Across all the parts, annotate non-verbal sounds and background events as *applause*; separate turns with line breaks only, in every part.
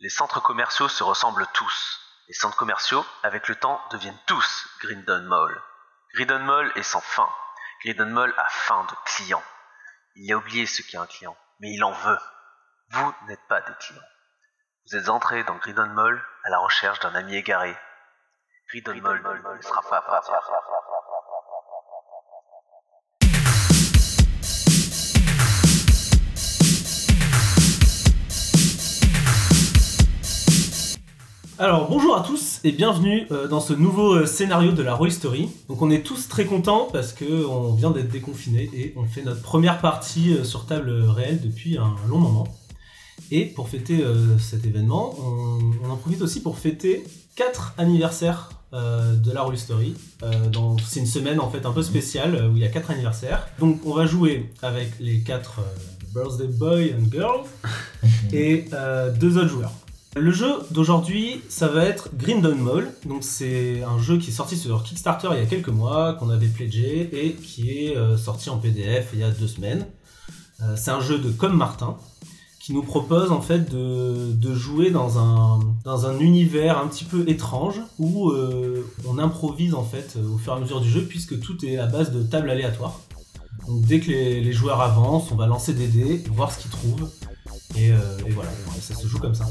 Les centres commerciaux se ressemblent tous. Les centres commerciaux, avec le temps, deviennent tous Grindon Mall. Grindon Mall est sans fin. Grindon Mall a faim de clients. Il a oublié ce qu'est un client, mais il en veut. Vous n'êtes pas des clients. Vous êtes entré dans Grindon Mall à la recherche d'un ami égaré. Grindon Mall ne sera pas pas- pas- pas-
Alors bonjour à tous et bienvenue euh, dans ce nouveau euh, scénario de la Roy Story. Donc on est tous très contents parce que on vient d'être déconfinés et on fait notre première partie euh, sur table réelle depuis un long moment. Et pour fêter euh, cet événement, on, on en profite aussi pour fêter 4 anniversaires euh, de la Roy Story. Euh, dans- C'est une semaine en fait un peu spéciale euh, où il y a 4 anniversaires. Donc on va jouer avec les 4 Birthday Boy and Girl et euh, deux autres joueurs. Le jeu d'aujourd'hui, ça va être Grindon Mall. Donc c'est un jeu qui est sorti sur Kickstarter il y a quelques mois, qu'on avait pledgé et qui est euh, sorti en PDF il y a deux semaines. Euh, c'est un jeu de Comme Martin qui nous propose en fait de, de jouer dans un, dans un univers un petit peu étrange où euh, on improvise en fait euh, au fur et à mesure du jeu puisque tout est à base de tables aléatoires. Donc dès que les, les joueurs avancent, on va lancer des dés, voir ce qu'ils trouvent et, euh, et voilà, ça se joue comme ça.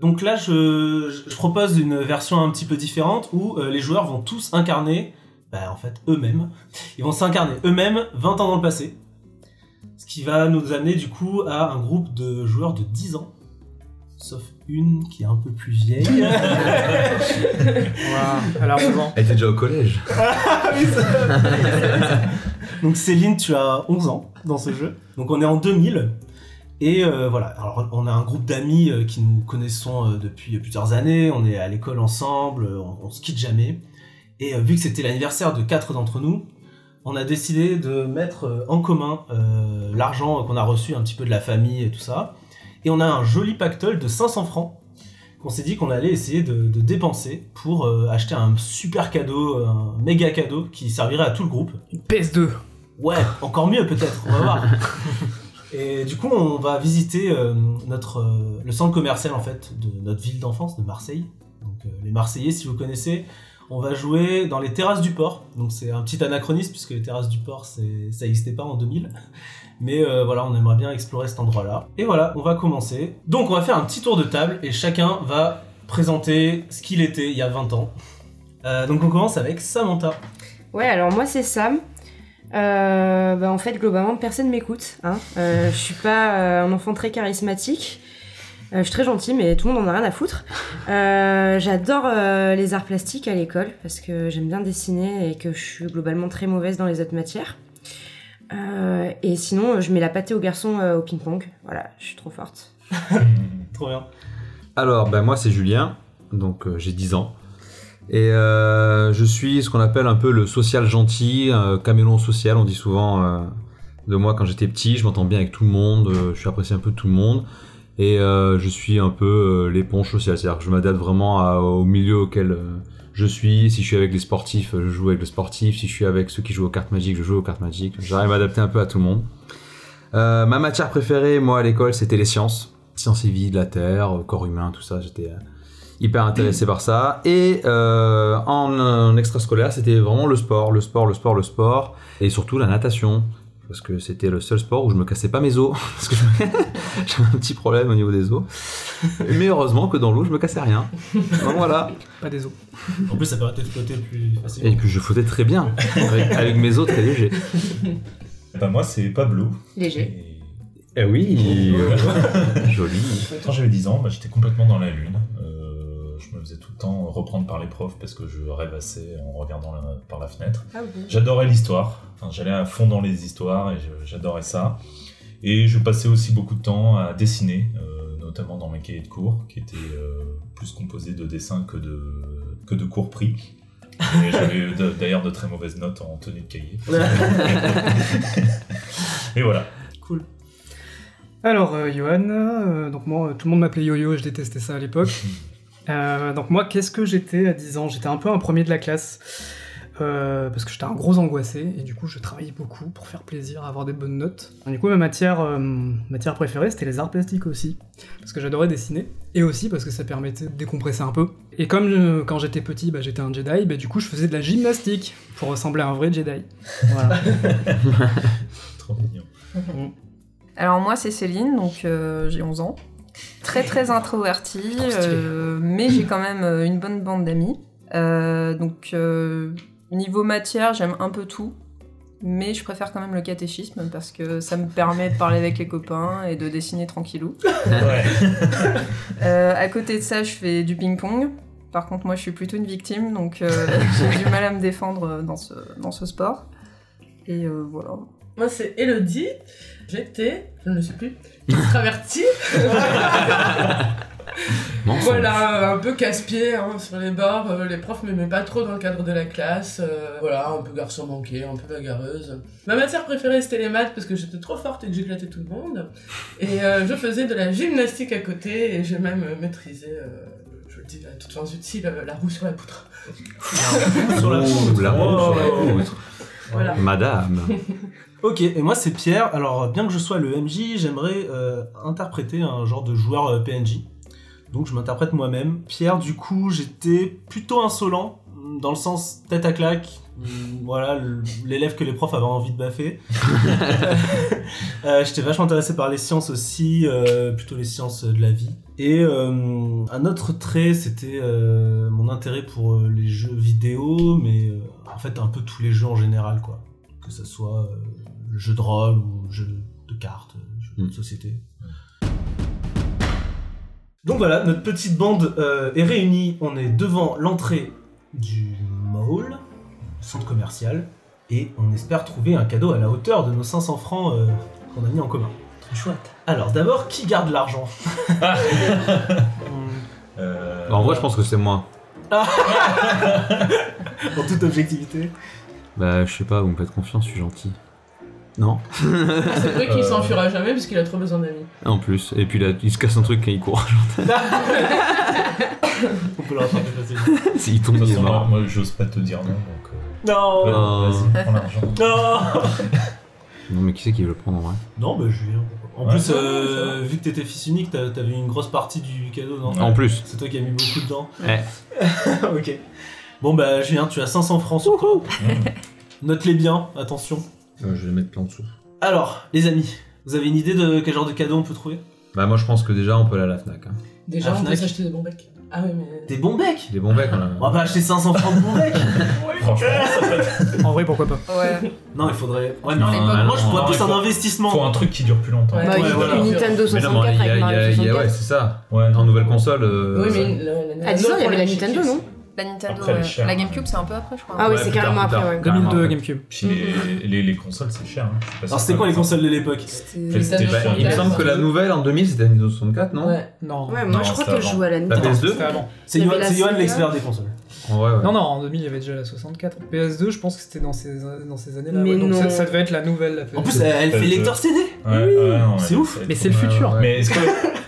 Donc là, je, je- je propose une version un petit peu différente où euh, les joueurs vont tous incarner, bah, en fait, eux-mêmes. Ils vont s'incarner eux-mêmes 20 ans dans le passé. Ce qui va nous amener du coup à un groupe de joueurs de 10 ans. Sauf une qui est un peu plus vieille.
Alors souvent.
Elle était déjà au collège. *laughs*
*laughs* Donc Céline, tu as 11 ans dans ce jeu. Donc on est en 2000. Et euh, voilà, alors on a un groupe d'amis euh, qui nous connaissons euh, depuis plusieurs années, on est à l'école ensemble, euh, on, on se quitte jamais. Et euh, vu que c'était l'anniversaire de quatre d'entre nous, on a décidé de mettre euh, en commun euh, l'argent qu'on a reçu un petit peu de la famille et tout ça. Et on a un joli pactole de 500 francs qu'on s'est dit qu'on allait essayer de, de dépenser pour euh, acheter un super cadeau, un méga cadeau qui servirait à tout le groupe.
PS2.
Ouais, encore mieux peut-être, on va voir. Et du coup, on va visiter euh, notre, euh, le centre commercial en fait de notre ville d'enfance, de Marseille. Donc euh, les Marseillais, si vous connaissez, on va jouer dans les terrasses du port. Donc c'est un petit anachronisme puisque les terrasses du port, c'est- ça n'existait pas en 2000. Mais euh, voilà, on aimerait bien explorer cet endroit-là. Et voilà, on va commencer. Donc on va faire un petit tour de table et chacun va présenter ce qu'il était il y a 20 ans. Euh, donc on commence avec Samantha.
Ouais, alors moi c'est Sam. Euh, bah, en fait, globalement, personne m'écoute. Hein. Euh, je suis pas euh, un enfant très charismatique. Euh, je suis très gentille, mais tout le monde en a rien à foutre. Euh, J'adore euh, les arts plastiques à l'école parce que j'aime bien dessiner et que je suis globalement très mauvaise dans les autres matières. Euh, et sinon, euh, je mets la pâtée aux garçons euh, au ping-pong. Voilà, je suis trop forte.
Trop bien.
Alors, ben, moi, c'est Julien, donc euh, j'ai 10 ans. Et euh, je suis ce qu'on appelle un peu le social gentil, euh, camélon social. On dit souvent euh, de moi quand j'étais petit, je m'entends bien avec tout le monde, euh, je suis apprécié un peu de tout le monde. Et euh, je suis un peu euh, l'éponge sociale, c'est-à-dire que je m'adapte vraiment à- au milieu auquel euh, je suis. Si je suis avec les sportifs, euh, je joue avec le sportif. Si je suis avec ceux qui jouent aux cartes magiques, je joue aux cartes magiques. J'arrive à m'adapter un peu à tout le monde. Euh, ma matière préférée, moi, à l'école, c'était les sciences. Sciences et vie, de la Terre, euh, corps humain, tout ça. J'étais euh, hyper intéressé par ça. Et euh, en, euh, en extrascolaire, c'était vraiment le sport, le sport, le sport, le sport. Et surtout la natation. *laughs* Parce que c'était le seul sport où je me cassais pas mes os. Parce que je, J'avais un petit problème au niveau des os. Mais heureusement que dans l'eau, je me cassais rien. Donc voilà.
Pas des os.
En plus, ça permet de flotter plus
Et
facilement.
puis je flottais très bien. Avec, avec mes os très légers.
Bah, moi, c'est Pablo.
Léger.
Et
Eh oui *laughs* Joli.
Quand j'avais 10 ans, bah, j'étais complètement dans la lune. Euh, je me faisais tout le temps reprendre par les profs parce que je rêvassais en regardant la- par la fenêtre.
Ah oui.
J'adorais l'histoire. Enfin, j'allais à fond dans les histoires et je- j'adorais ça. Et je passais aussi beaucoup de temps à dessiner, euh, notamment dans mes cahiers de cours, qui étaient euh, plus composés de dessins que de, que de cours pris. Et J'avais de- d'ailleurs de très mauvaises notes en tenue de cahier. Et voilà.
Alors, euh, Johan, euh, donc moi, euh, tout le monde m'appelait Yo-Yo, je détestais ça à l'époque. *laughs* Euh, donc moi, qu'est-ce que j'étais à 10 ans J'étais un peu un premier de la classe, euh, parce que j'étais un gros angoissé, et du coup, je travaillais beaucoup pour faire plaisir, avoir des bonnes notes. Du coup, ma matière, euh, matière préférée, c'était les arts plastiques aussi, parce que j'adorais dessiner, et aussi parce que ça permettait de décompresser un peu. Et comme euh, quand j'étais petit, bah, j'étais un Jedi, bah, du coup, je faisais de la gymnastique pour ressembler à un vrai Jedi. *laughs* Voilà.
Trop mignon.
Alors moi c'est Céline, donc euh, j'ai 11 ans.
*laughs*
Très très introvertie,
Trop stylé.
euh, mais j'ai quand même euh, une bonne bande d'amis. Euh, donc euh, niveau matière j'aime un peu tout, mais je préfère quand même le catéchisme parce que ça me permet de parler avec les copains et de
*laughs*
dessiner tranquillou.
Ouais.
Euh, à côté de ça je fais du ping-pong. Par contre moi je suis plutôt une victime, donc euh, *laughs* j'ai du mal à me défendre euh, dans ce, dans ce sport. Et euh, voilà.
Moi, c'est Elodie. J'étais, je ne le sais plus, extravertie.
Mensonge.
voilà, un peu casse-pied hein, sur les bords. Euh, Les profs m'aimaient pas trop dans le cadre de la classe. Euh, voilà, un peu garçon manqué, un peu bagarreuse. Ma matière préférée, c'était les maths parce que j'étais trop forte et que j'éclatais tout le monde. Et euh, je faisais de la gymnastique à côté et j'ai même euh, maîtrisé, euh, je le dis à toutes fins utiles, euh, la roue sur la poutre.
Sur la
Ouh,
poutre.
la roue sur la
Oh.
poutre.
Voilà.
Madame.
Ok, et moi c'est Pierre. Alors, bien que je sois le MJ, j'aimerais euh, interpréter un genre de joueur euh, PNJ. Donc, je m'interprète moi-même. Pierre, du coup, j'étais plutôt insolent, mm, dans le sens tête à claque. Mm, Voilà, le- l'élève que les profs avaient envie de baffer. Euh, j'étais vachement intéressé par les sciences aussi, euh, plutôt les sciences de la vie. Et euh, un autre trait, c'était euh, mon intérêt pour euh, les jeux vidéo, mais euh, en fait un peu tous les jeux en général, quoi que ce soit euh, le jeu de rôle ou le jeu de cartes, euh, jeu
Mm.
de société. Donc voilà, notre petite bande euh, est réunie. On est devant l'entrée du mall, centre commercial, et on espère trouver un cadeau à la hauteur de nos 500 francs euh, qu'on a mis en commun.
Chouette.
Alors d'abord, qui garde l'argent
Euh,
Bah, En vrai, je pense que c'est moi.
Pour toute objectivité.
Bah, je sais pas, vous me faites confiance, je suis gentil. Non
C'est vrai qu'il
Euh.
s'enfuira jamais parce qu'il a trop besoin d'amis.
En plus. Et puis là, il se casse un truc quand il court. *laughs*
On peut le rattraper facilement.
il tombe,
De toute
il est
façon, moi,
mort.
moi, j'ose pas te dire non. Donc, euh,
Non
Euh.
Vas-y, prends l'argent.
Non
Non, mais qui c'est qui veut le prendre en vrai
Non, bah Julien. En
Ouais.
plus, euh, vu que t'étais fils unique, t'as- t'avais une grosse partie du cadeau, non
Ouais.
En plus.
C'est toi qui as mis beaucoup dedans.
Ouais.
*laughs* ok. Bon bah Julien, tu as 500 francs sur toi. Note-les bien, attention.
Euh, je vais les mettre en dessous.
Alors, les amis, vous avez une idée de quel genre de cadeau on peut trouver
Bah, moi, je pense que déjà, on peut aller à la Fnac. hein.
Déjà,
La
on peut
Fnac.
s'acheter des bons becs. Ah oui, mais.
Des bons becs
Des bons becs, on
On va
a.
pas acheter 500 francs de bons becs
*laughs* Franchement,
En vrai, pourquoi pas
Ouais.
Non, il faudrait... Ouais,
Non,
mais
non,
moi je
non,
pourrais
non,
plus
il
un
faut-
investissement.
faut un truc qui dure plus longtemps.
Ouais.
Bah,
Ouais,
une-
voilà.
une
Mais non,
Nintendo
mais
64
il y a-
avec
il y
Mario
a- il y a-
64.
ouais, c'est ça.
Ouais.
En nouvelle console. euh,
oui, mais la- la-
À 10 ans, il y
pour
avait la
les
Nintendo,
chiquis.
non
La Nintendo,
Après, elle est
ouais.
chère.
la GameCube c'est un peu après je crois.
Ah oui,
Ouais,
c'est
plus tard,
carrément
plus tard.
après, ouais.
Carrément
2002
après.
Gamecube.
Puis les, les, les consoles, c'est cher. hein. Je sais pas
Alors
si
c'était
ça
quoi les
vaut ça.
consoles de l'époque
C'était-
C'était-
C'était pas-
Nintendo
Il me semble que la nouvelle en 2000 c'était la Nintendo 64, non
Ouais.
Non.
Ouais, moi
Non,
je crois
c'était
que je
avant.
jouais à la
La
Nintendo.
PS2
C'était avant.
C'est
Il y
Yohan
avait la
c'est Yohan,
Sega.
l'expert des consoles.
En vrai, ouais.
Non, non, en 2000, il y avait déjà la 64. PS2, je pense que c'était dans ces, dans ces années-là.
Mais
ouais. Donc
non.
ça, ça devait être la nouvelle, la PS2.
En plus, elle, elle fait
Euh,
lecteur CD
Ouais,
Oui,
ouais, non,
C'est
mais
ouf
ça va être
mais
trop
c'est le
mal.
futur.
Ouais.
Mais est-ce que.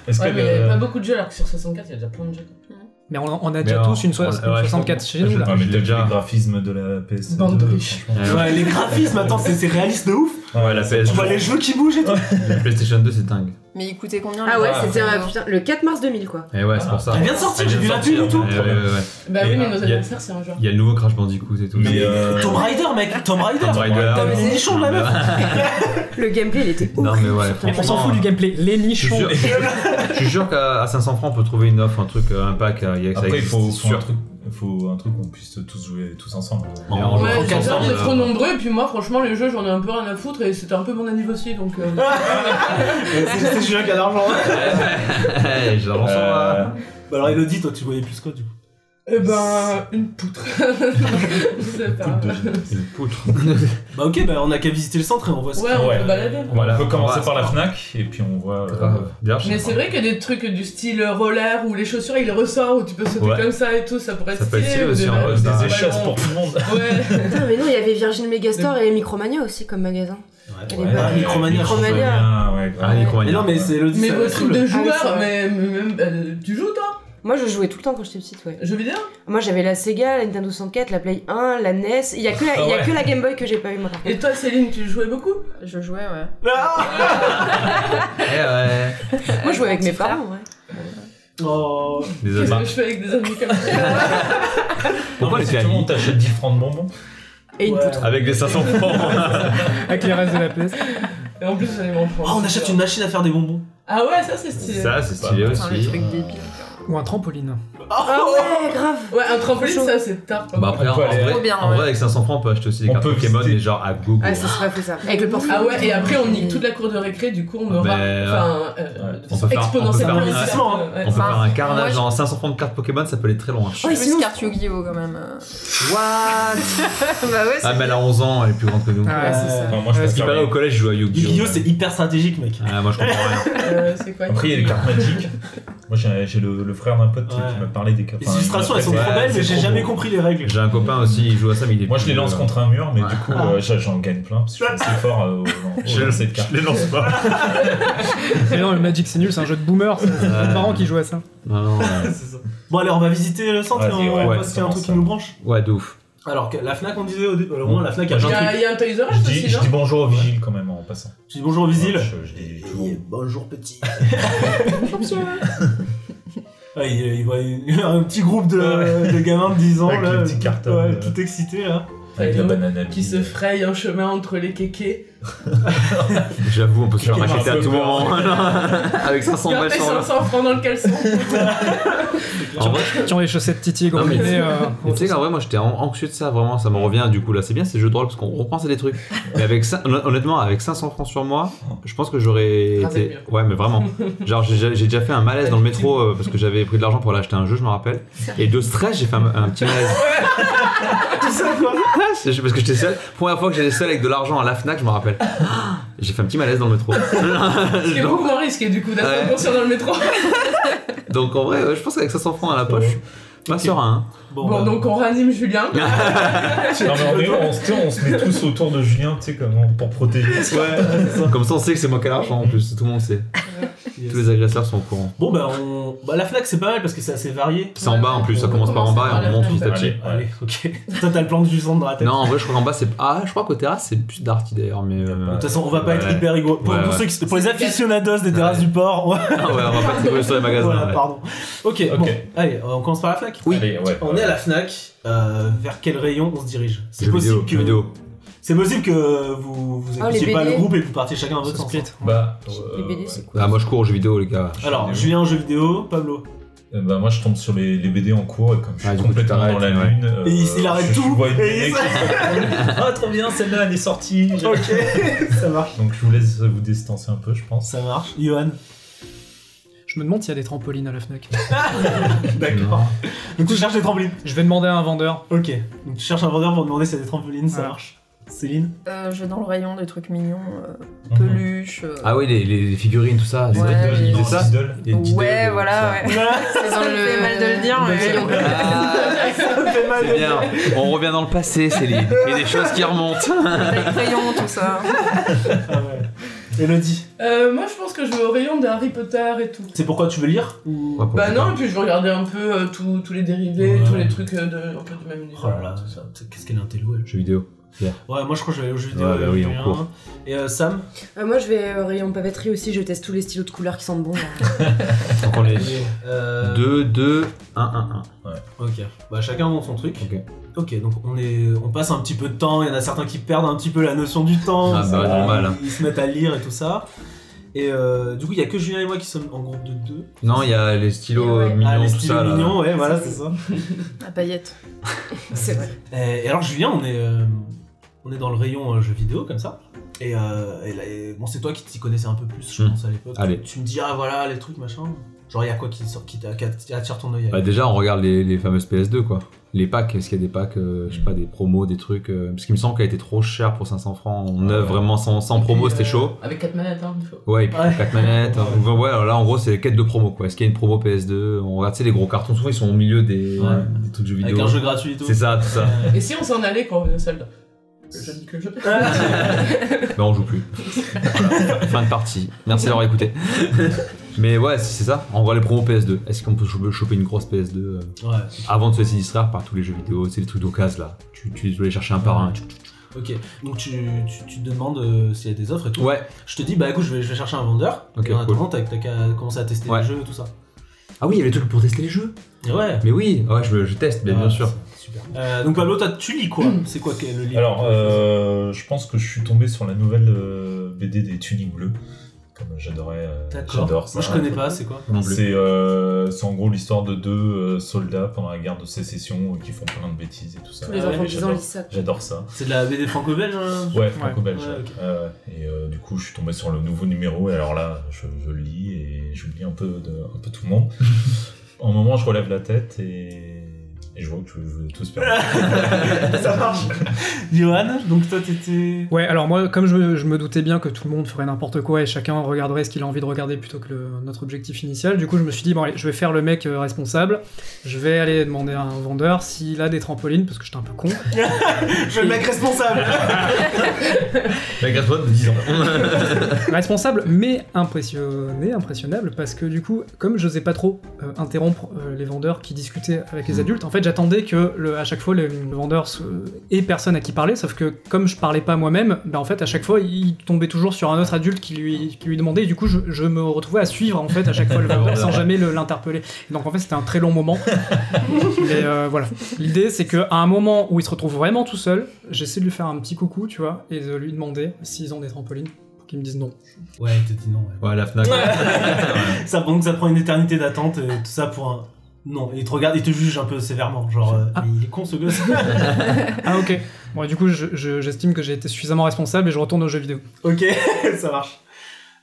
Est-ce que
Ouais, mais il y avait
le-
pas beaucoup de jeux alors que sur 64, il y a déjà plein de jeux.
Mais on, on a
Mais
déjà
alors,
tous une, soix-
on-
une
ouais, je
64 chez nous,
je-
là.
Ah, mais
J'ai
t'as déjà
déjà-
les graphismes de la PS2.
Bande de riches.
Ouais.
Ouais, les graphismes, attends, c'est c'est réaliste de ouf.
Ouais, la PS2.
Tu vois les jeux qui bougent et tout.
La PlayStation 2, c'est dingue.
Mais il coûtait combien
Ah
le
ouais,
jeu
c'était un-
Euh,
putain, le 4 mars 2000, quoi.
Et ouais, c'est pour ça.
Elle vient de sortir,
Elle
j'ai
vient de
vu la pub et tout.
sortir, ouais, ouais, ouais.
Bah oui,
Et
mais
là,
nos
y a-
anniversaires, c'est un jour.
Il y a le nouveau Crash Bandicoot et tout.
Mais euh,
Tomb Raider, mec, Tomb Raider.
Tomb Raider.
T'as mis les nichons de la meuf.
*laughs*
Le gameplay, il était
Non, mais ouais,
On s'en fout du gameplay. Les
Je
nichons.
jure, je jure qu'à à 500 francs, on peut trouver une offre, un truc, euh, un pack. euh, y a- ça
Après, il
existe,
faut,
c'est
faut un
sûr.
truc, faut un truc qu'on puisse tous jouer tous ensemble.
En-
En-
en-
Ouais,
en-
j'ai peur,
ensemble,
on est
euh, *laughs*
trop nombreux, et puis moi, franchement, les jeux, j'en ai un peu rien à foutre, et c'était un peu mon anniversaire, donc. euh,
C'est *laughs* c'est Julien qui a de l'argent.
Hey, j'ai l'impression,
Euh,
là.
Bah alors Elodie, toi tu voyais plus quoi du coup
Eh ben, une poutre. *laughs* Je sais pas.
Coupe de gym.
C'est une poutre.
Bah ok, bah on a qu'à visiter le centre et on voit ce
Ouais, on
Ouais.
peut balader.
on peut commencer
Ouais.
par la Fnac et puis on voit. euh,
Grave. D'ailleurs, je
Mais
sais
c'est
pas.
vrai que des trucs du style roller où les chaussures il ressort où tu peux sauter
Ouais.
comme ça et tout, ça pourrait être
Ça peut être
stylé.
stylé
ou
aussi,
des-
en vrai,
des
c'est un-
hein, Des
ballons.
échasses pour tout le monde.
Ouais.
*laughs* Putain, mais non, il y avait Virgin Megastore et Micromania aussi comme magasin.
Ouais.
Elle est bonne.
Micromania.
Micromania, ouais, grave.
Ah, les coins,
Mais non, mais c'est Elodie.
Mais
ça
vos
la
trucs
saoule.
de
Ah,
joueurs,
oui,
mais même. euh, Tu joues toi
Moi, je jouais tout le temps quand j'étais petite, ouais.
Jeux vidéo
Moi, j'avais la Sega, la Nintendo 64, la Play 1, la NES. Il y a que la, il y a
Ah ouais.
que la Game Boy que j'ai pas eu, moi. par contre.
Et toi Céline, tu jouais beaucoup
Je jouais, ouais.
Ah
Eh ouais.
Moi, je jouais avec
mon
mes
petit frère.
parents, ouais.
Oh.
Des
Qu'est-ce
amas.
que je fais avec des amis comme ça
Pourquoi
Pourquoi
les
si tout le
amis
monde t'achète 10 francs de bonbons
Et une
Ouais.
poutre.
Avec des 500 francs.
Avec les restes de la place.
Et en plus, j'allais m'en prendre.
Oh, on achète une machine à faire des bonbons.
Ah ouais, ça c'est stylé.
Ça, c'est stylé
Enfin, le
aussi.
truc débile.
Ou un trampoline.
Ah ouais, grave.
Ouais, un trampoline,
Chaud.
ça c'est tard.
Bah après,
On
en
peut aller-
vrai,
bien,
en
ouais.
vrai, avec 500 francs, on peut acheter aussi des
On
cartes
peut
Pokémon,
visiter.
mais genre à gogo.
Ah, ça serait fait ça. Avec le portefeuille.
Ah ouais, et après on nique toute la cour de récré, du coup on aura.
Ben,
Enfin,
ouais.
euh, de
On peut faire- on
façon
peut
exponentiellement.
faire un-
investissement, hein.
ouais.
On peut
Enfin,
faire un carnage
moi,
en 500 francs de cartes Pokémon, ça peut aller très loin.
Oh, et
Plus
sinon,
carte Yu-Gi-Oh quand même. euh.
bah ouais,
Ah, mais elle a 11 ans, elle est plus grande que nous.
Ah,
c'est ça.
Enfin, moi, je
Ouais,
Ce qui
préfère
paraît,
les-
au collège, je joue à Yu-Gi-Oh!
Yu-Gi-Oh, c'est hyper stratégique, mec.
Ah, moi, je comprends rien.
Euh, C'est quoi
Après, il y a les cartes magiques. Moi, j'ai j'ai le, le frère d'un pote qui-
Ouais.
qui m'a parlé des cartes.
Les
enfin, il
illustrations,
m'a
elles sont
fait-
trop
Ouais,
belles, mais
c'est
j'ai
trop
jamais
beau.
compris les règles.
J'ai un copain aussi, il joue à ça, mais il est. euh,
Moi, je les lance contre un mur, mais
Ouais.
du coup, euh, j'a- j'en gagne plein parce que je suis assez fort euh, au, au,
Je-
au lancer de cartes.
les lance pas.
Mais non, le Magic c'est nul, c'est un jeu de boomer. C'est c'est
Ouais.
les parents qui jouent à ça.
Non, non, ouais.
C'est ça. Bon, allez, on va visiter le centre et
Vas-y,
on
ouais,
voit
ouais,
s'il y a un
commence
truc
ça.
qui nous branche.
Ouais, de ouf.
Alors, que la Fnac, on disait au dé- au moins, la Fnac a
Moi,
Il
plein
y
de
a,
trucs.
il y a un Toys R
Je
Us
dis,
aussi,
je
non
dis bonjour au vigile quand même en passant.
Tu dis bonjour au Visil.
Je, je dis toujours.
Bonjour, petit. Ouais, Ah, il, il voit une- *laughs* un petit groupe de,
Ouais.
de gamins de 10 ans,
Avec
là.
les petits cartons,
ouais,
euh.
tout excité, là.
Avec la banane à
Qui se fraye un chemin entre les kékés.
J'avoue, on peut se faire
Qui fait
racheter
un
à
peu
tout
peur.
moment. *laughs* Avec 500 balles
Gardez
sur l'heure.
500 francs dans
*laughs*
le caleçon.
En vrai,
Qui ont les chaussettes titi et gros
Non, mais-
pieds, euh,
Mais tu sais qu'en vrai, moi j'étais an- anxieux de ça, vraiment, ça me revient du coup là. C'est bien ces jeux de rôle parce qu'on repense à des trucs. Mais avec cin- hon- honnêtement, avec 500 francs sur moi, je pense que j'aurais
Rasé
été.
le
Ouais, mais vraiment. Genre, j'ai j'ai- j'ai déjà fait un malaise dans le métro euh, parce que j'avais pris de l'argent pour aller acheter un jeu, je me rappelle. Et de stress, j'ai fait un, un petit malaise.
Tout ça, quoi.
C'est juste Parce que j'étais seul. Première fois que j'étais seul avec de l'argent à la Fnac, je me rappelle. J'ai fait un petit malaise dans le métro.
Ce qui est
Genre,
beaucoup moins risqué du coup d'être
Ouais.
inconscient dans le métro.
donc en vrai, euh, je pense qu'avec 500 francs à la poche, je suis pas serein.
Bon,
Bon,
bah,
donc on ranime Julien.
hein.
Non, mais on, est- on se- tu sais, on se met tous autour de Julien, tu sais, comment, pour protéger.
Comme ça, on sait que c'est moi qui ai l'argent en plus, tout le monde sait.
yes.
Tous les agresseurs sont au courant.
Bon, bah, on... bah, la Fnac, c'est pas mal parce que c'est assez varié.
C'est en bas en plus, ça commence par en bas et on monte petit à petit.
Allez,
Allez, ok. *laughs* Toi, t'as le plan du centre dans la tête.
Non, en vrai, je crois qu'en bas c'est. Ah, je crois qu'au terrasse c'est plus d'arty d'ailleurs, mais.
De
euh,
toute façon, on va pas
Ouais.
être hyper rigolo. Pour,
Ouais,
pour
ouais.
ceux qui- pour les aficionados des terrasses du port, ouais,
*laughs* Ah ouais, on va pas tirer sur les magasins.
voilà,
ouais.
pardon. Ok,
Ok.
bon, allez, on commence par la Fnac.
Oui.
Allez, ouais.
On est à la Fnac. euh, vers quel rayon on se dirige C'est
Jeux vidéo,
possible
jeux
que
vidéo.
c'est possible que vous vous
Ah, les
écoutiez pas
BD.
le groupe et que vous partiez chacun à
se
votre sens. hein.
split.
Bah,
Les
euh,
BD,
ouais.
c'est cool.
Ah, moi je cours aux jeux vidéo, les gars.
Alors,
Jeux
Julien, jeux vidéo, Pablo.
Euh, Bah moi je tombe sur les, les BD en cours et comme je
Ah,
suis
du coup,
complètement
tu t'arrêtes,
dans la
ouais.
lune, euh,
Et il, il arrête
je- je
tout.
vois une
Et
BD qui- Ah trop bien celle-là elle est sortie.
il- ok, *laughs* ça marche.
Donc je vous laisse vous distancer un peu je pense.
Ça marche. Johan.
Je me demande s'il y a des trampolines à la Fnac.
D'accord. Donc, tu cherches des trampolines.
Je vais demander à un vendeur.
Ok. Donc, tu cherches un vendeur pour demander s'il y a des trampolines, ça
Ouais.
marche.
*laughs*
Céline
Euh, je vais dans le rayon des trucs mignons, euh,
Mhm.
peluches. euh,
Ah oui, les, les figurines, tout ça.
Les
c'est-
Ouais,
idoles,
les-
les
c'est ça
idoles.
Les diddles,
Ouais,
euh, ça.
voilà, ouais. C'est
Ça
dans
me
le.
fait mal de le dire, mais-
rayon.
Ah,
Ça fait mal.
c'est bien. On revient dans le passé, Céline. Il y a des choses qui remontent.
Avec crayon, tout ça.
Ah ouais. Elodie.
Euh, moi, je pense que je vais au rayon de Harry Potter et tout.
C'est pourquoi tu veux lire
Ouais, pour
Bah
le
non, et
coup.
puis je vais regarder un peu euh, tous- tous les dérivés,
Ouais.
tous les trucs euh, de, un peu du même
Oh là
univers.
là,
tout ça.
c'est- qu'est-ce qu'elle est intello elle.
Jeux vidéo.
Ouais, moi je crois que j'allais au jeu vidéo.
Ouais, bah
euh,
oui,
j'ai
en
un.
cours.
Et euh, Sam
Euh, moi, je vais au rayon papeterie aussi, je teste tous les stylos de couleur qui sentent bon. là.
Donc on est
Euh,
2, 2, 1, 1,
Ok, bah chacun monte son truc.
Ok.
Ok, donc on, est, on passe un petit peu de temps, il y en a certains qui perdent un petit peu la notion du temps,
Ah bah, normal, hein.
ils se mettent à lire et tout ça. Et euh, du coup, il y a que Julien et moi qui sommes en groupe de deux.
1. Non, il y a les stylos
Ouais.
euh, mignons,
ah, les
tout
stylos
ça. là.
mignons, ouais, voilà, c'est ça.
À paillettes.
*laughs* C'est vrai.
Et, et alors, Julien, on est, euh, on est dans le rayon euh, jeux vidéo, comme ça. Et, euh, et là, et- bon, c'est toi qui t'y connaissais un peu plus, je
Hmm.
pense, à l'époque.
Allez.
Tu me dis, ah voilà, les trucs, machin. Genre, il y a quoi qui, sort, qui, t'a- qui attire ton œil
Bah, déjà, on regarde les, les fameuses PS2, quoi. Les packs, est-ce qu'il y a des packs, euh,
Mm.
je sais pas, des promos, des trucs. euh, parce qu'il me semble qu'elle était trop chère pour 500 francs en neuf, vraiment sans, sans promo,
Et,
c'était
euh,
chaud.
Avec 4 manettes, hein, il faut.
Ouais, et puis
Ouais.
4 manettes. hein. Ouais, ouais, alors là, en gros, c'est les quêtes de promo, quoi. Est-ce qu'il y a une promo PS2 On regarde, tu sais, les gros cartons, souvent, ils sont au milieu des,
Ouais.
des trucs de jeux
Avec
vidéo.
un jeu gratuit et tout.
C'est ça, tout ça.
Euh,
Et si on s'en allait quand on venait au soldat Je dis que je.
Ben on joue plus. Voilà. Fin de partie. Merci d'avoir écouté. Mais ouais, c'est ça. On voit les promos PS2. Est-ce qu'on peut cho- choper une grosse PS2 euh,
*laughs* ouais.
avant de se laisser distraire par tous les jeux vidéo C'est les trucs d'occasion là. Tu, tu dois les chercher un par un. Tu- tu-
Ok, donc tu, tu, tu te demandes euh, s'il y a des offres et tout.
Ouais.
Je te dis, bah écoute, je vais, je vais chercher un vendeur.
Ok,
et en
cool.
attendant, t'as t'as qu'à commencer à tester
Ouais.
les jeux et tout ça.
Ah oui, il y a les trucs pour tester les jeux.
Et ouais.
Mais oui, ouais, je, je teste, mais bien
Ah,
sûr.
c'est Super. Euh, donc Pablo, toi, tu lis quoi C'est quoi que- le livre
Alors, euh, je pense que je suis tombé sur la nouvelle euh, BD des Tuniques Bleues. Comme j'adorais. euh,
D'accord.
J'adore
Moi, je
ça.
connais pas, c'est quoi
Non plus.
C'est euh, c'est en gros l'histoire de deux euh, soldats pendant la guerre de sécession euh, qui font plein de bêtises et tout ça.
Tous les
Ah ouais,
enfants
mais
de 10 ans
j'adore.
lisent ça.
J'adore ça.
C'est de la BD franco-belge hein
Ouais, franco-belge.
Ouais, ok.
Euh, et euh, du coup, je suis tombé sur le nouveau numéro. Et alors là, je, je le lis et j'oublie un peu, de, un peu tout
*laughs*
le monde. en un moment, je relève la tête et, et je vois que vous avez tous perdu.
*laughs* Ça marche Johan, donc toi, t'étais.
Ouais, alors moi, comme je, je me doutais bien que tout le monde ferait n'importe quoi et chacun regarderait ce qu'il a envie de regarder plutôt que le- notre objectif initial, du coup je me suis dit, bon allez, je vais faire le mec euh, responsable, je vais aller demander à un vendeur s'il a des trampolines, parce que j'étais un peu con.
Je suis le mec responsable
La grâce bonne de 10 ans.
responsable, mais impressionné, impressionnable, parce que du coup, comme j'osais pas trop euh, interrompre euh, les vendeurs qui discutaient avec les adultes, en fait j'attendais que le- à chaque fois le, le vendeur se- ait personne à qui parler, sauf que comme je parlais pas moi-même, ben en fait à chaque fois il tombait toujours sur un autre adulte qui lui, qui lui demandait, et du coup je, je me retrouvais à suivre en fait à chaque fois le vendeur sans jamais le- l'interpeller. Donc en fait c'était un très long moment. Mais euh, voilà. L'idée, c'est qu'à un moment où il se retrouve vraiment tout seul, j'essaie de lui faire un petit coucou, tu vois, et de lui demander s'ils ont des trampolines, pour qu'ils me disent non.
Ouais, t'as dit non, ouais.
Ouais, la Fnac.
ça, donc ça prend une éternité d'attente, euh, tout ça pour un. Non, il te regarde, il te juge un peu sévèrement. Genre, euh,
Ah.
il est con ce *laughs* gosse.
Ah ok. Bon, et du coup, je- je- j'estime que j'ai été suffisamment responsable et je retourne aux jeux vidéo.
Ok, *laughs* ça marche.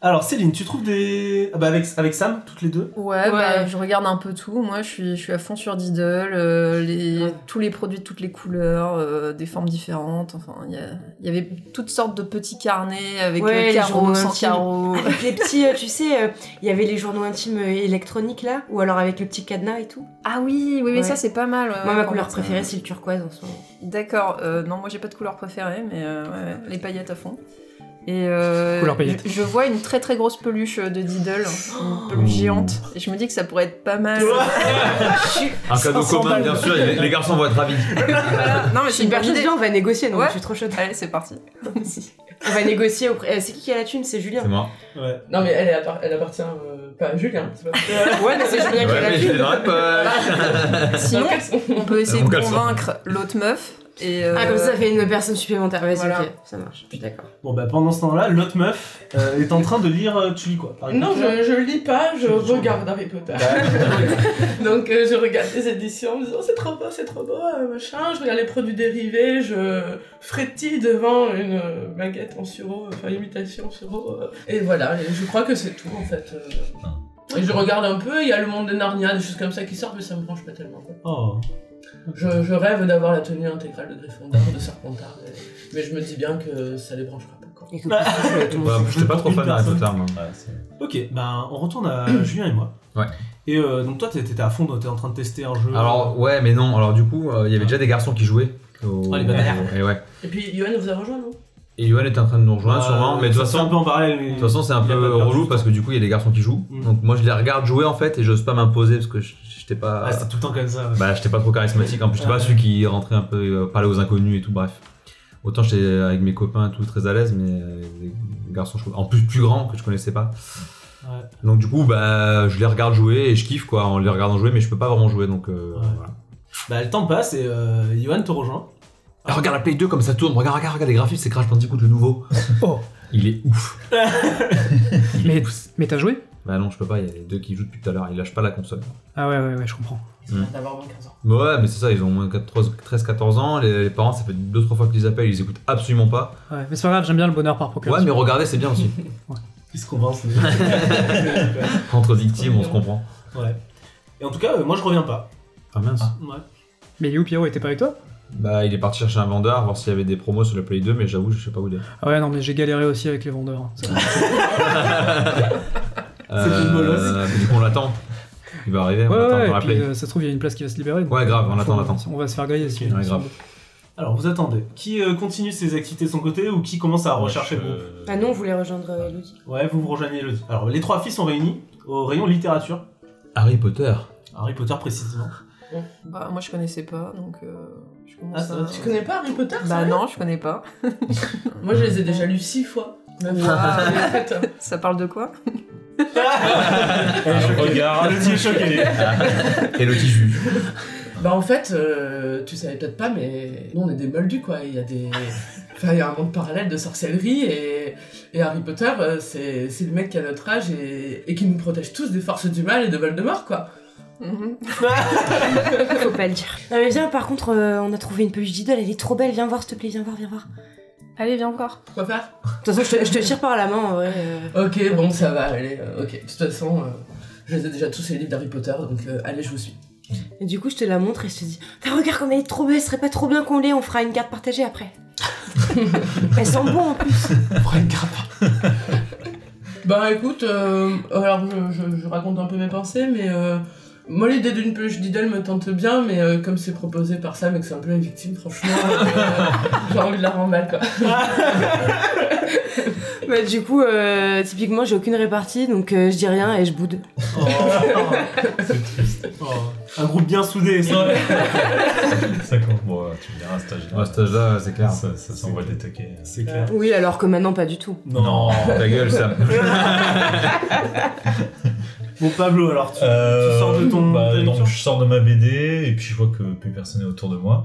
Alors Céline, tu trouves des... Ah bah avec, avec Sam, toutes les deux
Ouais, bah, je regarde un peu tout. Moi, je suis, je suis à fond sur Diddle, euh, les, tous les produits de toutes les couleurs, euh, des formes différentes. Enfin, il y, a- il y avait toutes sortes de petits carnets avec
Ouais,
euh,
les
carreaux,
journaux
sans
intimes.
carreaux.
Avec les petits, euh, tu sais, euh, il y avait les journaux intimes euh, électroniques là, ou alors avec le petit cadenas et tout.
Ah oui, oui, oui,
Ouais.
ça c'est pas mal. ouais,
Moi, ma
ouais,
couleur
Euh, ça-
préférée, c'est le turquoise en ce moment.
D'accord, euh, non, moi j'ai pas de couleur préférée, mais euh, ouais, ouais, les paillettes à fond. Et euh,
Couleur paillettes.
Je, je vois une très très grosse peluche euh, de Diddle, une peluche
Mmh.
géante, et je me dis que ça pourrait être pas mal.
Un cadeau
500
commun,
balles.
bien sûr. Les les garçons vont être ravis.
*laughs* Voilà. Non, mais
Je suis hyper
bonne
chaude,
idée.
on va négocier, non
Ouais.
Je suis trop chaude.
Allez, c'est parti.
On va négocier auprès. euh, C'est qui qui a la thune C'est Julien.
C'est moi.
Ouais.
Non, mais elle, est appar- elle appartient euh, pas à Julien. c'est pas-
Ouais, mais c'est Julien
Ouais,
qui
mais
a la
je l'ai
thune.
dans la poche.
Sinon, on peut essayer
Mon
de
caleçon.
convaincre l'autre meuf. Et, euh,
Ah, comme ça, ça fait une personne supplémentaire. Vas-y,
Voilà.
ok, ça marche. Je suis d'accord.
Bon bah pendant ce temps-là, l'autre meuf euh, est en train de lire euh, Tu lis quoi par
Ah, Non,
exemple.
je, je lis pas, je regarde Harry Potter. *laughs* Donc euh, je regarde les éditions en me disant c'est trop beau, c'est trop beau, euh, machin. Je regarde les produits dérivés, je frétille devant une euh, baguette en sureau, enfin imitation sureau. euh, et voilà, et je crois que c'est tout en fait. euh. Et je regarde un peu, il y a le monde de Narnia, des choses comme ça qui sortent, mais ça me branche pas tellement. quoi.
Oh.
Je, je rêve d'avoir la tenue intégrale de Gryffondor, de Serpentard, mais, mais je me dis bien que ça les branchera pas. Quoi.
Écoute,
Bah.
tout le
*laughs*
monde
Bah,
s'en
Je suis pas trop fan d'Harry Potter, moi.
Ouais, c'est-
Ok, bah on retourne à *clears throat* Julien et moi.
Ouais.
Et euh, donc toi t'étais t'étais à fond, t'étais en train de tester un jeu.
Alors, ouais, mais non. Alors, du coup, euh, il y avait déjà des garçons qui jouaient. Au...
Oh, les bananes.
Et ouais.
Et puis Yoann vous a rejoint, non
Et Johan est en train de nous
Ah,
rejoindre sûrement, mais de toute
C'est Bah, un
façon,
peu en parallèle. mais-
de toute façon, c'est un
il y a pas
peu
de perte
relou
de
parce que du coup, il y a des garçons qui jouent.
Mm.
Donc moi, je les regarde jouer en fait et j'ose pas m'imposer parce que je- j'étais pas.
Ah, c'était tout le temps comme ça.
*laughs*
ouais.
Bah, j'étais pas trop charismatique. En plus, j'étais
Ouais.
pas celui qui rentrait un peu, euh, parlait aux inconnus et tout. Bref. Autant j'étais avec mes copains et tout très à l'aise, mais euh, les garçons, je- en plus plus grands que je connaissais pas.
Ouais.
Donc du coup, bah, je les regarde jouer et je kiffe quoi en les regardant jouer, mais je peux pas vraiment jouer donc. euh,
Ouais.
voilà.
Bah, le temps passe et euh, Johan te rejoint.
Ah, regarde la Play 2 comme ça tourne. Regarde, regarde, regarde les graphismes, c'est Crash Bandicoot le
*laughs*
nouveau.
Oh.
Il est ouf. Il est
Mais,
ouf.
mais t'as joué
Bah non, je peux pas. Il y a les deux qui jouent depuis tout à l'heure. Ils lâchent pas la console.
Ah ouais, ouais, ouais, je comprends.
Ça va d'avoir moins de 15 ans.
Mais ouais, mais c'est ça. Ils ont moins 13-14 ans. Les, les parents, ça fait 2-3 fois qu'ils les appellent, ils les écoutent absolument pas.
Ouais, mais c'est pas grave, j'aime bien le bonheur par
Ouais,
procuration.
mais regardez, c'est bien aussi.
Il se convainc. mais-
Entre victimes, on se comprend.
*laughs* ouais. Et en tout cas, euh, moi je reviens pas.
Ah mince.
Ouais.
Mais You Pierrot était pas avec toi
Bah, il est parti chercher un vendeur, voir s'il y avait des promos sur la Play 2, mais j'avoue, je sais pas où il est.
*laughs* Ah ouais, non, mais j'ai galéré aussi avec les vendeurs.
plus molos.
mais Euh, Du coup, on l'attend. Il va arriver,
Ouais,
on l'attend
ouais,
pour
et
la
puis
Play.
euh, ça se trouve, il y a une place qui va se libérer. donc
Ouais, grave, on
faut-
attend, on attend.
On va se faire griller. si-
Ouais, grave.
Alors vous attendez. Qui euh, continue ses activités de son côté ou qui commence à rechercher le groupe
Ah non, on voulait rejoindre euh, Elodie.
Ouais, vous vous rejoignez Elodie. Alors les trois filles sont réunies au rayon littérature.
Harry Potter.
Harry Potter précisément.
Bah, moi je connaissais pas, donc euh, je commence
Ah, ça
à-
va,
Tu connais pas Harry Potter
Bah
sérieux
non, je connais pas.
Moi, je les ai déjà lus 6 fois. Même
Wow.
pas, mais *laughs* en fait, hein.
Ça parle de quoi
Ah,
Alors,
Ah,
regarde.
Elodie est choquée.
*laughs* Et le *laughs* tissu.
Bah en fait, euh, tu savais peut-être pas, mais nous on est des moldus quoi. Il y a des, enfin il y a un monde parallèle de sorcellerie et, et Harry Potter, euh, c'est c'est le mec qui a notre âge et, et qui nous protège tous des forces du mal et de Voldemort quoi.
Mhm.
Faut pas le dire. *laughs* Non mais viens, par contre, euh, on a trouvé une peluche d'idole, elle est trop belle, viens voir s'il te plaît, viens voir, viens voir.
Allez, viens encore.
Quoi faire
De toute façon, je te, je te tire par la main en vrai. euh.
Ok, bon ça va, allez. euh, ok, de toute façon, euh, je les ai déjà tous les livres d'Harry Potter, donc euh, allez je vous suis.
Et du coup, je te la montre et je te dis Putain, Regarde comme elle est trop belle, ce serait pas trop bien qu'on l'ait, on fera une carte partagée après. elle sent bon en plus.
Bah écoute, euh, alors je, je- je raconte un peu mes pensées, mais euh, moi l'idée d'une peluche d'idole me tente bien, mais euh, comme c'est proposé par Sam et que c'est un peu la victime, franchement, euh, *laughs* j'ai envie de la remballe quoi.
Bah, du coup, euh, typiquement, j'ai aucune répartie, donc euh, je dis rien et je boude.
*laughs* Oh. Oh. Un groupe bien soudé. ça.
*laughs* Ça compte. Bon, tu me diras à cet âge-là.
À cet âge-là, c'est clair.
Ça, ça s'envoie des taquets.
C'est clair.
Oui, alors que maintenant, pas du tout.
Non.
Oh, Ta gueule, ça.
Bon Pablo, alors tu, tu sors de ton.
bah,
ta lecture
donc je sors de ma BD et puis je vois que plus personne n'est autour de moi.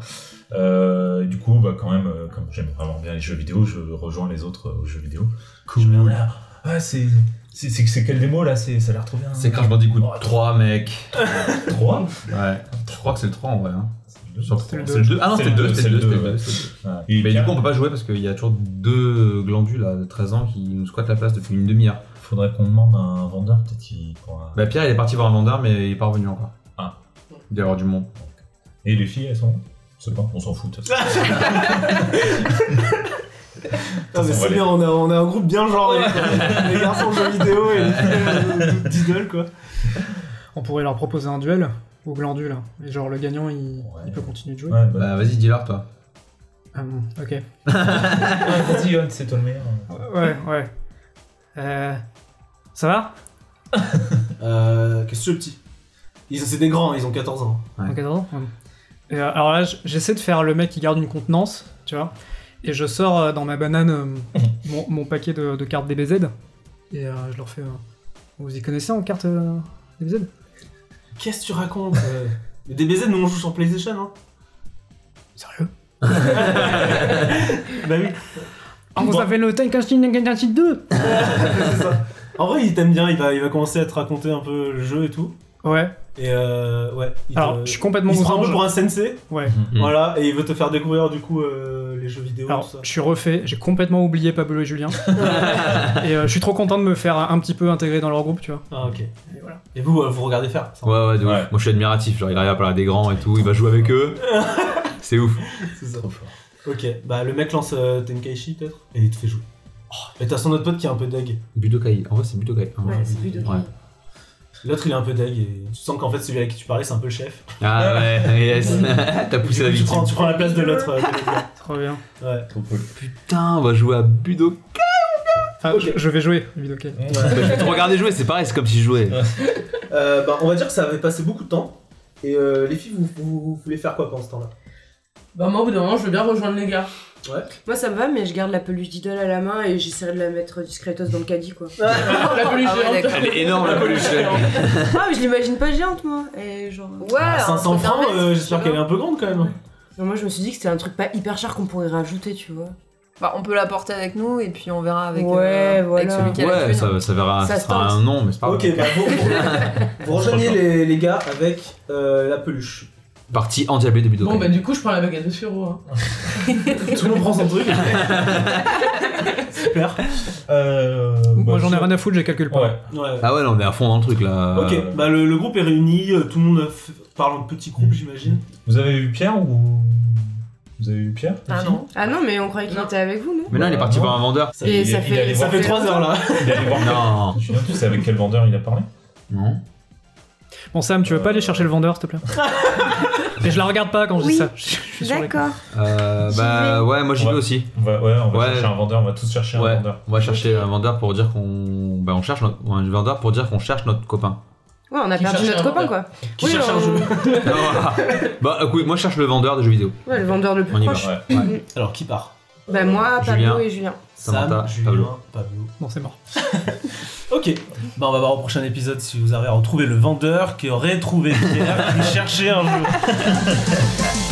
Euh, et du coup, bah quand même, euh, comme j'aime vraiment bien les jeux vidéo, je rejoins les autres euh, aux jeux vidéo. Cool. ah, c'est c'est c'est c'est quelle démo là C'est ça a l'air trop bien.
C'est Crash Bandicoot 3, mec.
*laughs* 3
Ouais. Je crois que c'est le 3 en vrai. hein.
C'est le
C'est le 2. Ah non, c'est le 2. C'est le 2.
ouais. Ouais. Et
Mais du
bien,
coup, on peut pas jouer parce qu'il y a toujours deux glandules à 13 ans qui nous squattent la place depuis une demi-heure.
faudrait qu'on demande à un vendeur peut-être qu'il pourra.
Bah, Pierre, il est parti voir un vendeur, mais il est pas revenu encore.
Ah.
Il doit y avoir du monde.
Et les filles, elles sont C'est pas, on s'en fout. de toute *laughs* façon.
Ah, mais
Ça, ça
c'est
va
bien, on a, on a un groupe bien genré. quoi. *laughs* les garçons de jeux vidéo et les filles euh, de- d'idole, quoi.
On pourrait leur proposer un duel au glandu là. Et genre, le gagnant, il,
Ouais.
il peut continuer de jouer.
Ouais, bah,
Bah, vas-y, dis-leur, toi.
Ah bon, ok.
Ah, vas-y, Johan, c'est toi le meilleur.
Ouais, ouais. Euh, ça va
Euh, Qu'est-ce que le petit Ils- C'est des grands, hein, ils ont 14 ans.
Ouais.
Ok, attends. Ouais. Et, euh, alors là, j- j'essaie de faire le mec qui garde une contenance, tu vois. Et je sors euh, dans ma banane *laughs* euh, mon, mon paquet de, de cartes DBZ. Et euh, je leur fais. euh, vous y connaissez en cartes euh, DBZ
Qu'est-ce que tu racontes euh Mais DBZ, nous on joue sur PlayStation, hein
Sérieux
Bah oui,
Ah, vous
Bon.
avez le Tenkaichi 2
c'est ça. En vrai, il t'aime bien, il va, il va commencer à te raconter un peu le jeu et tout.
Ouais.
Et euh, ouais. Il te-
Alors, je suis complètement
il se prend un peu
je-
pour un sensei,
Ouais.
Mm.
voilà, et il veut te faire découvrir du coup euh, les jeux vidéo
Alors,
tout ça.
je suis refait, j'ai complètement oublié Pablo et *laughs* Julien. et euh, je suis trop content de me faire un petit peu intégrer dans leur groupe, tu vois.
Ah ok. Et,
voilà.
vous, euh, vous regardez faire ça.
Ouais, ouais, de ouf.
Ouais.
Moi, je suis admiratif. Genre, il arrive à parler à des grands et tout. Il va jouer avec eux. C'est ouf.
C'est ça.
Trop fort.
Ok, bah le mec lance euh, Tenkaichi peut-être, et il te fait jouer. Oh, et t'as son autre pote qui est un peu deg.
Budokai. En vrai, c'est Budokai. En vrai.
c'est plus de
Ouais.
L'autre, il est un peu deg et tu sens qu'en fait, celui avec qui tu parlais, c'est un peu le chef.
Ah ouais, yes. *laughs* T'as poussé la
tu,
victime.
prends, tu prends la place de l'autre. euh,
Trop bien.
*laughs*
ouais.
Trop cool.
Putain, on va jouer à Budo.
Enfin, je, je vais jouer, au Budokai.
Bah, je vais te regarder jouer, c'est pareil, c'est comme si je jouais.
Euh, bah, on va dire que ça avait passé beaucoup de temps. Et euh, les filles, vous, vous- vous voulez faire quoi pendant ce temps-là
Bah, moi, au bout d'un moment, je veux bien rejoindre les gars.
Moi ça me va, mais je garde la peluche d'idole à la main et j'essaierai de la mettre discretos dans le caddie quoi.
la peluche
*laughs* Ah ouais,
géante.
d'accord.
Elle est énorme la peluche.
Ah, mais je l'imagine pas géante moi. Et genre. euh,
Ouais,
Ah, 500
un truc d'un
francs,
mètre,
euh, j'espère
tu
qu'elle est
vois.
un peu grande quand même. hein.
Non, moi je me suis dit que c'était un truc pas hyper cher qu'on pourrait rajouter, tu vois.
Bah, on peut la porter avec nous et puis on verra avec,
Ouais,
euh,
voilà.
avec celui qui a la
Ouais,
thune.
ça, ça verra,
Ça
ça
se
sera
tente.
un nom, mais c'est pas
ok,
grave.
bah, vous,
*laughs*
vous- vous rejoignez les, les gars avec euh, la peluche.
Partie endiablée de Budo.
Bon, bah, du coup, je prends la baguette de Furo. Hein.
Tout le monde prend son truc. *laughs* Super. Bah,
Moi j'en ai rien à foutre, j'ai calculé pas.
Euh, bah, Ouais.
Ouais.
Ah ouais, là, on est à fond dans le truc là.
Ok,
euh,
bah le, le groupe est réuni, euh, tout le monde f- parle en petit groupe, j'imagine.
Vous avez eu Pierre ou. Vous avez eu Pierre
Ah non.
Ah non, mais on croyait qu'il
Non.
était avec vous, non
Mais là, il est parti
Non.
voir un vendeur.
Ça,
Et
il-
ça
il
fait.
allait
ça fait 3 heures là.
Il est allé voir
Non.
Julien, tu sais avec quel vendeur il a parlé
Non.
Bon, Sam, tu veux pas aller chercher le vendeur, s'il te
*laughs*
plaît Mais je la regarde pas quand je
Oui.
dis ça. Je, suis sur les-
D'accord.
Euh,
J'y
bah ouais, moi j'y vais
Ouais.
aussi.
On va- Ouais, on va
Ouais.
chercher un vendeur, on va tous chercher
Ouais.
un vendeur.
On va chercher un vendeur pour dire qu'on. Bah on cherche notre... un vendeur pour dire qu'on cherche notre *laughs* copain.
Ouais, on a
Qui
perdu
cherche
notre
un
copain quoi.
Qui
Oui,
cherche un
on-
jeu.
Non, voilà. bah écoute, moi je cherche le vendeur de jeux vidéo.
Ouais, le vendeur le plus
On y va.
proche.
Ouais.
Ouais.
Alors qui part
Bah, moi,
Julien.
Pablo et Julien.
Samantha,
Sam, Julien,
Pablo.
Pablo.
Non, c'est mort.
Ok, bah on va voir au prochain épisode si vous avez retrouvé le vendeur qui aurait trouvé Pierre qui cherchait un jeu.